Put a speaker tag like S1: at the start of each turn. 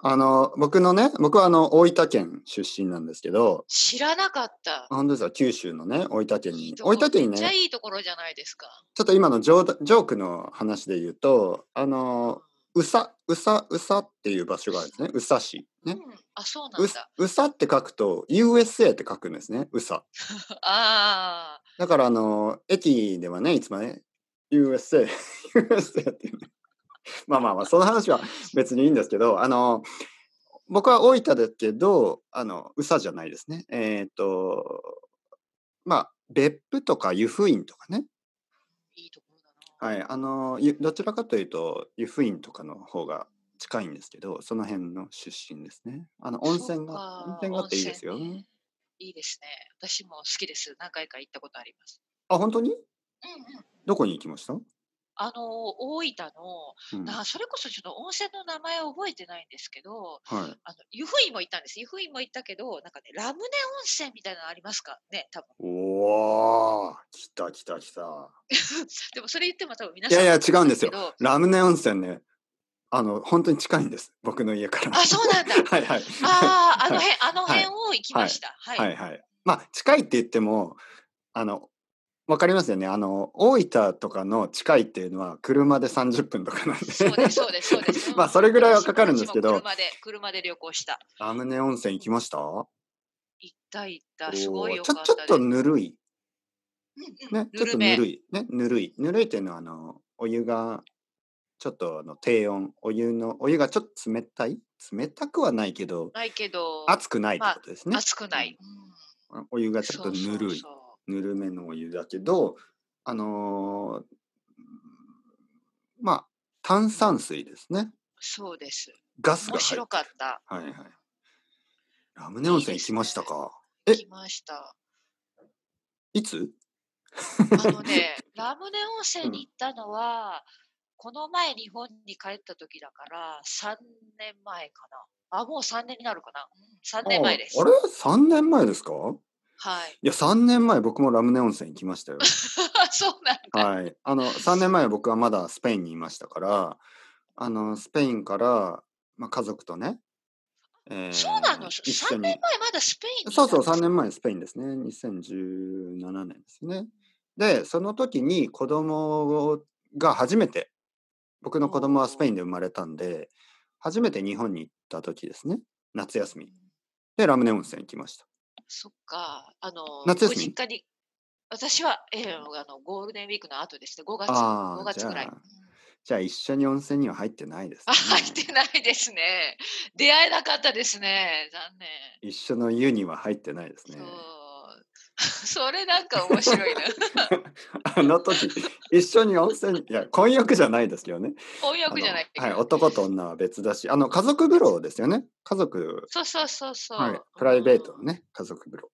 S1: あの、僕のね、僕はあの、大分県出身なんですけど、
S2: 知らなかった。
S1: あ本当ですよ、九州のね、大分県
S2: いい
S1: に。
S2: とこ
S1: 大分県に
S2: めっちゃ
S1: ね、
S2: いいところじゃないですか。
S1: ちょっと今のジョーダジョークの話で言うと、あの、宇佐、宇佐、宇佐っていう場所があるんですね。宇佐市。
S2: う
S1: ね。
S2: ん、あ、そうな
S1: 宇
S2: ん
S1: 佐
S2: だ。
S1: 宇佐って書くと、USA って書くんですね、宇佐。
S2: ああ、
S1: だから、あの、駅ではね、いつもね、USA、USA っていうね。まあまあまあ、その話は別にいいんですけど、あの、僕は大分ですけど、あの、宇佐じゃないですね。えっ、と、まあ、別府とか湯布院とかね。
S2: いいところだな。
S1: はい、あの、ゆどちらかというと、湯布院とかの方が近いんですけど、その辺の出身ですね。あの、温泉
S2: そう
S1: が
S2: か、
S1: 温泉があっていいですよ
S2: 温泉
S1: ね
S2: ね。いいですね。私も好きです。何回か行ったことあります。
S1: あ、本当に
S2: うんうん。
S1: どこに行きました、うん
S2: あの、大分の、なそれこそちょっと温泉の名前を覚えてないんですけど、
S1: はい。
S2: あの、湯布院も行ったんです。湯布院も行ったけど、なんかね、ラムネ温泉みたいなのありますかね、多分。
S1: おー、来た来た来た。
S2: でもそれ言っても多分皆
S1: い
S2: さ
S1: や
S2: ん
S1: いや、違うん
S2: わ
S1: で
S2: か
S1: すよ
S2: んないけど。
S1: ラムネ温泉ね、あの、本当に近いんです。僕の家から。
S2: あ、そうなんだ。
S1: はいはい。
S2: ああ、あの
S1: はい
S2: 辺、あの辺を行きました。はい。
S1: はいはい。まあ、近いって言っても、あの、わかりますよね。あの、大分とかの近いっていうのは、車で30分とかなんで。
S2: そうです、そうです、そうです。
S1: まあ、それぐらいはかかるんですけ
S2: 私も
S1: ど、
S2: 車で、車で旅行した。
S1: ラムネ温泉行きました
S2: 行った行った、すごい
S1: お
S2: よ
S1: ー
S2: か
S1: ちょ
S2: ったです。
S1: ちょっとぬるい。
S2: うんう
S1: ね
S2: ん、、
S1: ちょっと
S2: ぬる
S1: ぬ
S2: め。
S1: るい。ね、ぬるい。ぬるいっていうのは、あの、お湯が、ちょっとあの低温、お湯の、お湯がちょっと冷たい冷たくはないけど、
S2: ないけど、
S1: 熱くないってことですね。
S2: 熱くない。うん
S1: お湯がちょっとぬるい。
S2: そうそうそ
S1: ぬるめのお湯だけど、あのーまあ、炭酸水ですね。
S2: うそうです。
S1: ガスが入
S2: 面
S1: る
S2: 白。かった。
S1: はいはい。ラムネ温泉行きましたかえ
S2: 行きました。
S1: いつ
S2: あ のね、ラムネ温泉に行ったのは、この前日本に帰った時だから、3年前かな。あ、もう3年になるかな。うん、3年前です
S1: あ。あれ ?3 年前ですか
S2: はい。
S1: いや、3年前僕もラムネ温泉行きましたよ。
S2: そうなんだ。
S1: はい。あの、3年前僕はまだスペインにいましたから、あの、スペインから、まあ、家族とね、えー
S2: そうなの
S1: 一緒
S2: ?3
S1: に
S2: 年前まだスペインにいた
S1: そ
S2: の
S1: うそう、3年前、スペインですね。2017年ですね。で、その時に子供が初めて、僕の子供はスペインで生まれたんで、初めて日本に行った時ですね。夏休み。で、ラムネ温泉行きました。
S2: そっか。あの、
S1: 夏休み
S2: ご実家に、私は、ええあの、ゴールデンウィークの後ですね。5月、
S1: あー
S2: 5月ぐらい。
S1: じ
S2: う
S1: ゃあ
S2: ん
S1: じゃあ、一緒に温泉には入ってないです、
S2: あ、
S1: ね。
S2: 入ってないですね。出会えなかったですね。残念。
S1: 一緒の湯には入ってないですね。
S2: そう。 それなんか面白いな。
S1: あの時、一緒に温泉に、いや、混浴じゃないですけどね。
S2: 翻訳じゃないけ
S1: あ
S2: ど。
S1: のはい、男と女は別だし、あの、家族風呂ですよね。家族
S2: そうそうそうそう。
S1: はい、プライベー
S2: う
S1: ト
S2: ん
S1: のね、家族風呂。